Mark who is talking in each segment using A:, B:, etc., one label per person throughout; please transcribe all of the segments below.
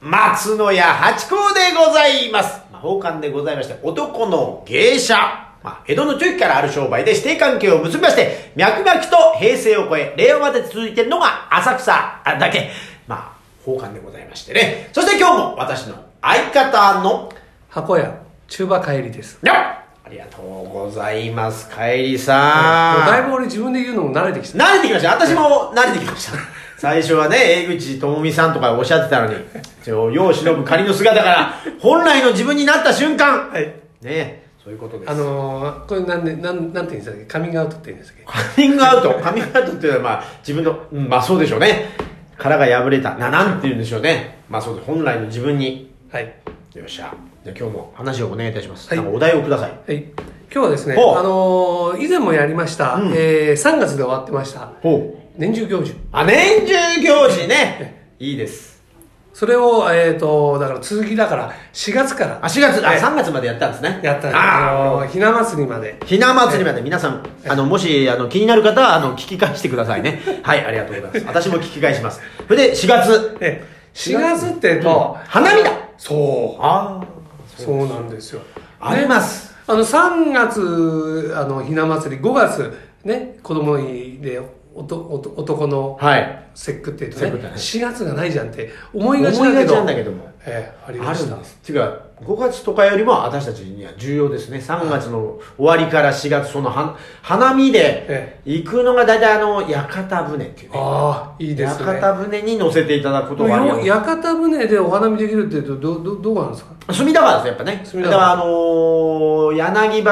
A: 松野屋八甲でございます。まあ、宝冠でございまして、男の芸者。まあ、江戸の中期からある商売で指定関係を結びまして、脈々と平成を超え、令和まで続いているのが浅草あだけ。まあ、宝冠でございましてね。そして今日も私の相方の、
B: 箱屋中馬帰りです
A: にょありがとうございます、かえり
B: も
A: さ。
B: うんだいぶ俺自分で言うのも慣れてきた
A: 慣れてきました。私も慣れてきました。最初はね、江口智美さんとかおっしゃってたのに、ちょ世を忍ぶ仮の姿から、本来の自分になった瞬間、
B: はい
A: ねそういうことです。
B: あのー、これなんでなんなんて言うんでしたっけカミングアウトって言うんでしたっ
A: カミングアウト。カミングアウトっていうのは、まあ、自分の、うん、まあそうでしょうね。殻が破れた。な、なんて言うんでしょうね。まあそうです。本来の自分に。
B: けはい
A: よっしゃ。じゃあ今日も話をお願いいたします。
B: はい
A: なんかお題をください。
B: はい今日はですね、
A: ほう
B: あのー以前もやりました、
A: うん
B: えー、3月で終わってました
A: ほう。
B: 年中行事
A: あ、年中行事ね。いいです。
B: それを、えー、とだから続きだから4月から
A: あ、4月、あ、
B: ええ
A: 3月までやったんですね。
B: やったんで
A: あ
B: あ
A: ー
B: のーひな祭りまで
A: ひな祭りまで皆さん、あの、もし、あの、気になる方は、あの、聞き返してください ね。はい、ありがとうございます。私も聞き返します。それで、4月。
B: え4月ってと、
A: 花見だ
B: そう
A: ああ。
B: そうなんですよ
A: あります。
B: あの3月あのひな祭り5月ね子供の日でおとおと男の
A: はい。
B: 節句って言う
A: 節
B: と
A: 句だ
B: ね
A: ね
B: 4月がないじゃんって思
A: 思
B: い
A: い
B: が
A: が
B: ち
A: ち
B: だけど
A: なんだけども。
B: ええあり
A: あ
B: ま
A: る
B: し
A: ん
B: た
A: です。ていうか、5月とかよりも私たちには重要ですね。3月の終わりから4月、そのは、花見で
B: え、
A: 行くのが大体あの、屋形船っていうね。
B: ああいいですね
A: 屋形船に乗せていただくことがありま
B: よ
A: す。
B: 屋形船でお花見できるって言うとどどどうなんですか
A: 隅田川ですやっぱね
B: 隅
A: 隅
B: 田
A: 田
B: 川
A: 川あのー、柳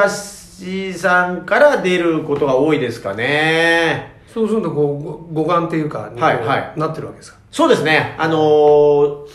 A: 橋さんから出ることが多いですかね
B: そうするとこうご護岸っていうかにこう
A: はいはい
B: なってるわけですか
A: そうですねあのー、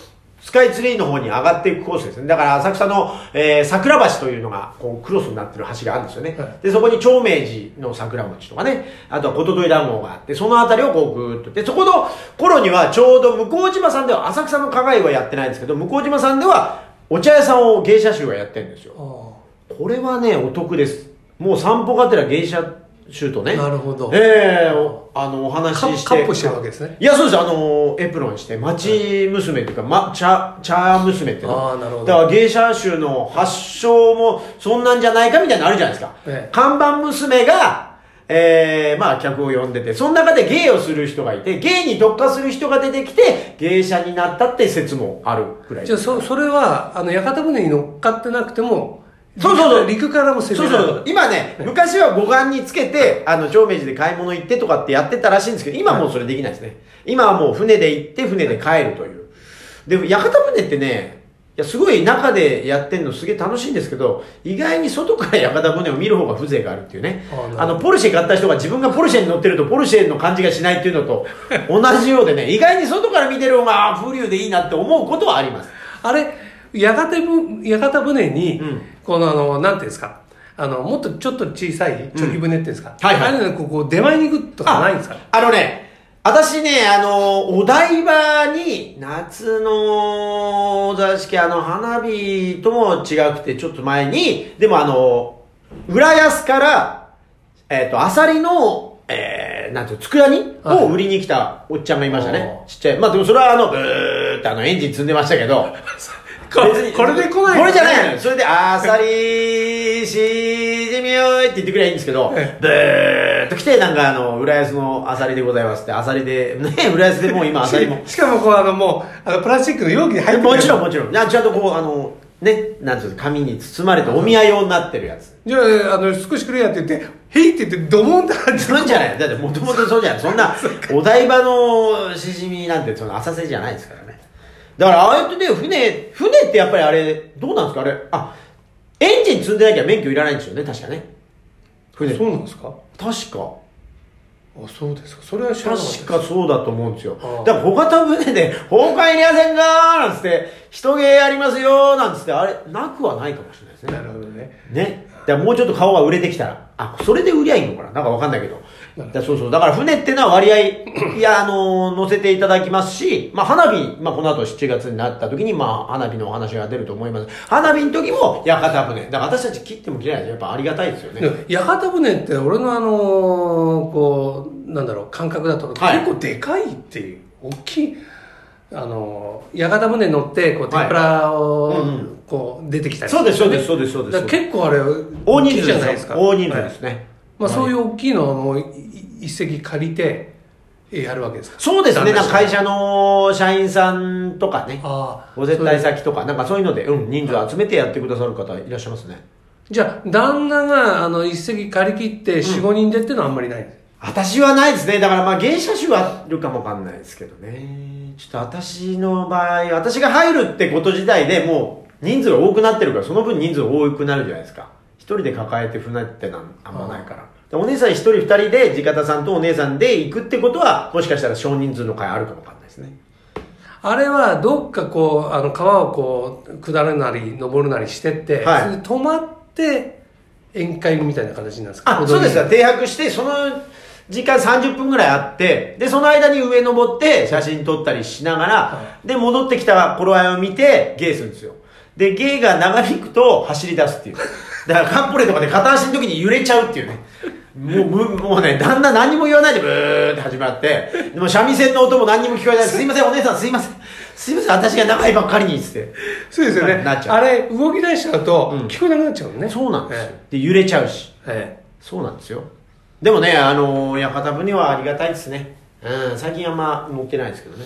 A: スカイツリーの方に上がっていくコースですねだから浅草の、えー桜橋というのがこうクロスになってる橋があるんですよね、
B: はい
A: でそこに長明寺の桜餅とかねあとは琴鳥団子があってその辺りをこうぐーっとでそこの頃にはちょうど向島さんでは浅草の加賀井はやってないんですけど向島さんではお茶屋さんを芸者衆がやってるんですよ
B: ああ
A: これはね、お得です。もう散歩がてら芸者シュートね。
B: なるほど
A: ええおあの、お話
B: カ
A: し
B: ッ
A: して。
B: カップしてるわけですね
A: いや、そうです。あの、エプロンして、町娘っていうか、ま、茶、茶娘っていうの
B: あーなるほど
A: だから芸者衆の発祥もそんなんじゃないかみたいなのあるじゃないですか。
B: ええ
A: 看板娘が、ええまあ、客を呼んでて、その中で芸をする人がいて、芸に特化する人が出てきて、芸者になったって説もあるくらい
B: じゃあそそれはあの屋形船に乗っかってなくても
A: そうそうそう
B: 陸からも攻
A: そう
B: め
A: そ
B: ら
A: う
B: れる
A: そう今ね昔は護岸につけてあの長明寺で買い物行ってとかってやってたらしいんですけど今はもうそれできないですね今はもう船で行って船で帰るというでも屋形船ってねいやすごい中でやってんのすげえ楽しいんですけど意外に外から屋形船を見る方が風情があるっていうね
B: あなるほど
A: あのポルシェ買った人が自分がポルシェに乗ってるとポルシェの感じがしないっていうのと同じようでね意外に外から見てる方があー風流でいいなって思うことはあります
B: あれ、屋形ぶ屋形船に、
A: うん
B: このあの、なんていうんですか、あの、もっとちょっと小さい、チョキ船っていうんですか、
A: はいはい
B: あれのこうこう出前に行くとかないんですか
A: ああのね、私ね、あの、お台場に、夏のお座敷、あの、花火とも違くて、ちょっと前に、でもあの、浦安から、えっ、と、アサリの、えー、なんていうの、佃煮
B: はい
A: を売りに来たおっちゃんがいましたね
B: お。ー
A: ちっちゃい。まあでもそれはあの、ブーってあの、エンジン積んでましたけど、
B: こ
A: 別に
B: これで来ない
A: これじゃないのよそれで「あさりしじみおい」って言ってくればいいんですけど
B: え
A: ブーッと来てなんかあの浦安のあさりでございますってあさりでね浦安でもう今あさり も
B: ししかも、こう、あの、もう、あの、プラスチックの容器に入ってる
A: もちろんもちろんなちゃんとこうあのねなんていうの紙に包まれてお宮用になってるやつ
B: じゃあ、あの、少しくれやって言って、へいって言って、ドボンって入って
A: そんじゃないだってもともとそうじゃないそんなお台場のしじみなんてその浅瀬じゃないですからねだからああやってね船船ってやっぱりあれどうなんですかあれあエンジン積んでなきゃ免許いらないんですよね確かね船
B: そうなんですか
A: 確か
B: あ、そうですか。それは知らなかったです
A: 確かそうだと思うんですよ
B: ああ
A: だから小型船で「崩壊にやせんか!」なんつって「人芸ありますよ!」なんつってあれなくはないかもしれないですね
B: なるほどね。
A: ねだからもうちょっと顔が売れてきたらあそれで売りゃいいのかななんかわかんないけどだからそうそうだから船ってのは割合いやあの乗せていただきますし、まあ、花火、まあ、この後7月になった時に、まあ、花火のお話が出ると思います花火の時も屋形船だから私たち切っても切れないですやっぱありがたいですよね
B: でも屋形船って、俺のあのこう、なんだろう、感覚だと、
A: はい
B: 結構でかいっていう、大きい。あの、屋形船乗って、こう、
A: はい
B: 天ぷらを
A: うんうん、
B: こう、出てきたり
A: そうですそうですそうですそうです
B: だから結構あれ、
A: 大
B: 大
A: 人
B: きい
A: 数
B: じゃ
A: で
B: ないですす
A: よ
B: か。
A: 大人数で
B: は
A: す
B: い
A: ね。
B: まあ、
A: はい
B: そういう大きいのはもう、い一席借りて、やるわけですか。
A: そうですね。
B: 旦
A: な
B: 那
A: ん
B: さん
A: か会社の社員さんとかね。
B: ああ
A: ご接待先とか、なんかそういうので、うん、人数集めてやってくださる方いらっしゃいますね。
B: じゃあ、旦那が、あの、一席借り切って、四五人でっていうのはあんまりないんです。
A: 私はないですね。だからまあ芸者種はあるかもわかんないですけどね。ちょっと私の場合、私が入るってこと自体でもう人数が多くなってるから、その分人数多くなるじゃないですか。一人で抱えて船ってなんあんまないから。でお姉さん一人二人で、地方さんとお姉さんで行くってことは、もしかしたら少人数の会あるかもわかんないですね。
B: あれは、どっかこう、あの、川をこう、下るなり、登るなりしてって、
A: はい
B: それで止まって、宴会みたいな形なんですか
A: あ、そうです
B: よ
A: よ。停泊して、その時間30分ぐらいあって、で、その間に上登って写真撮ったりしながら、
B: は
A: で、戻ってきた頃合いを見て、ゲイするんですよ。で、ゲイが長引くと走り出すっていう。だからカンポレとかで片足の時に揺れちゃうっていうね。もう、むもうね、だんだん何も言わないでブーって始まって、でも三味線の音も何にも聞こえない。すいません、お姉さんすいません。すいません、私が長いばっかりにっつって。
B: そうですよね。
A: ななっちゃう
B: あれ、動き出しちゃうと、
A: うん
B: 聞こえなくなっちゃうもんね。
A: そうなんですよ
B: え。
A: で、揺れちゃうし。
B: ええ
A: そうなんですよ。でもね、あのー、屋形船はありがたいですね。うん、最近あんま乗ってないですけどね。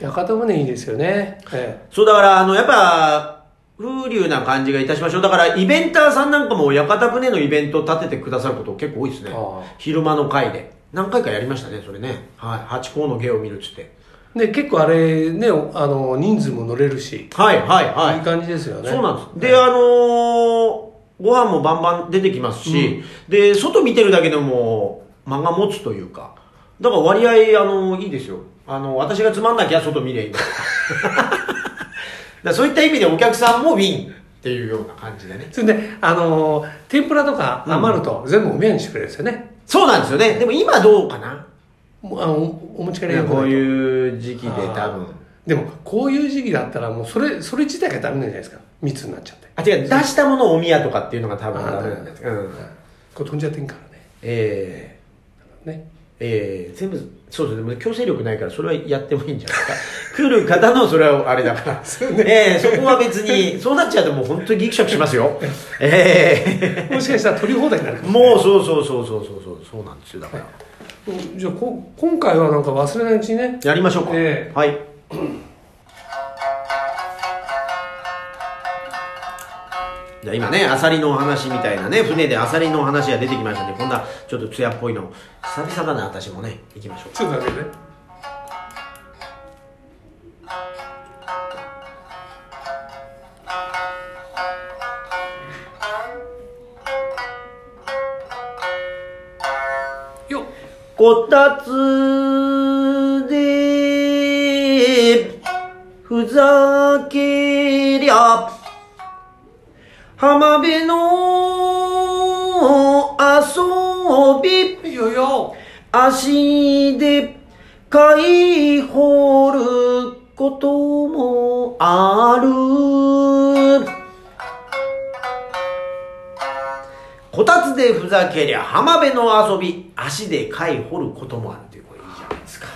B: え屋形船いいですよね。え
A: そう、だから、あの、やっぱ、風流な感じがいたしましょう。だから、イベンターさんなんかも屋形船のイベントを立ててくださること結構多いですね
B: ああ。
A: 昼間の会で。何回かやりましたね、それね。はい。八甲の芸を見るっつって。
B: えで、結構あれ、ね、おあの、人数も乗れるし、
A: はい、はい、はい
B: い、い。感じですよね。
A: そうなんです。で、あのーご飯もバンバン出てきますし、で、外見てるだけでも間が持つというか、だから割合、あのーいいですよ。あの私がつまんなきゃ外見りゃいいんだ。だからそういった意味でお客さんもウィンっていうような感じでね。
B: それで、あの、天ぷらとか余ると、全部お土産にしてくれるんですよね。
A: そうなんですよね。でも今どうかな。
B: もうあのおお持ち帰りが
A: こう
B: う。
A: いう時期で多分
B: あ。でも、こういう時期だったら、もうそれ、それ自体がダメなんじゃないですか。密になっちゃって。
A: あ、違う、出したものをお宮とかっていうのが多分ダメなんです。
B: あ
A: う
B: ー
A: ん。
B: こう飛んじゃってんからね。
A: ええ
B: ね。
A: えー、全部、そうですね、もう強制力ないから、それはやってもいいんじゃないですか。 来る方の、それはあれだから。えー、そこは別に、そうなっちゃうともう本当にギクシャクしますよ。え
B: もしかしたら取り放題になる
A: ー、
B: かしれない
A: もうそうそうそうそうそうそう、そうなんですよ、だから。
B: うんじゃあこ、今回はなんか忘れないうちにね、
A: やりましょうか。
B: ええ
A: はい。じゃあ今ね、アサリのお話みたいなね、船でアサリのお話が出てきましたね。こんな、ちょっと艶っぽいの。久々だな、私もね、行きましょう。
B: ちょっと待ってね。よっ
A: こたつでふざけりゃ浜辺の遊び
B: はいよいよ
A: 足で買い掘ることもあるこたつでふざけりゃ浜辺の遊び足で貝掘ることもあるっていうこれいいじゃないですか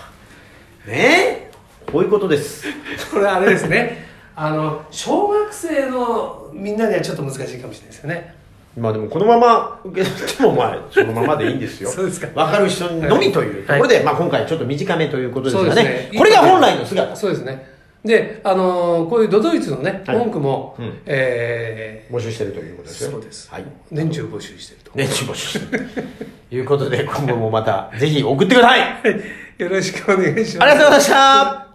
A: ねえこういうことです
B: これあれですねあの小学生のみんなにはちょっと難しいかもしれないですよね
A: まあでもこのまま受け取ってもまあそのままでいいんですよ
B: そうですか
A: 分かる人のみというところで、まあ今回ちょっと短めということですが
B: そ
A: ね
B: うですね
A: これが本来の姿
B: そうですねであのこういうドドイツのね
A: はい
B: 文句も、
A: うん
B: え
A: 募集してるということですよ
B: そうです
A: はい
B: ー年中募集してると
A: 年中募集してる ということで今後もまたぜひ送ってくださいあり
B: よろしくお願いしま
A: がと
B: す。
A: うございました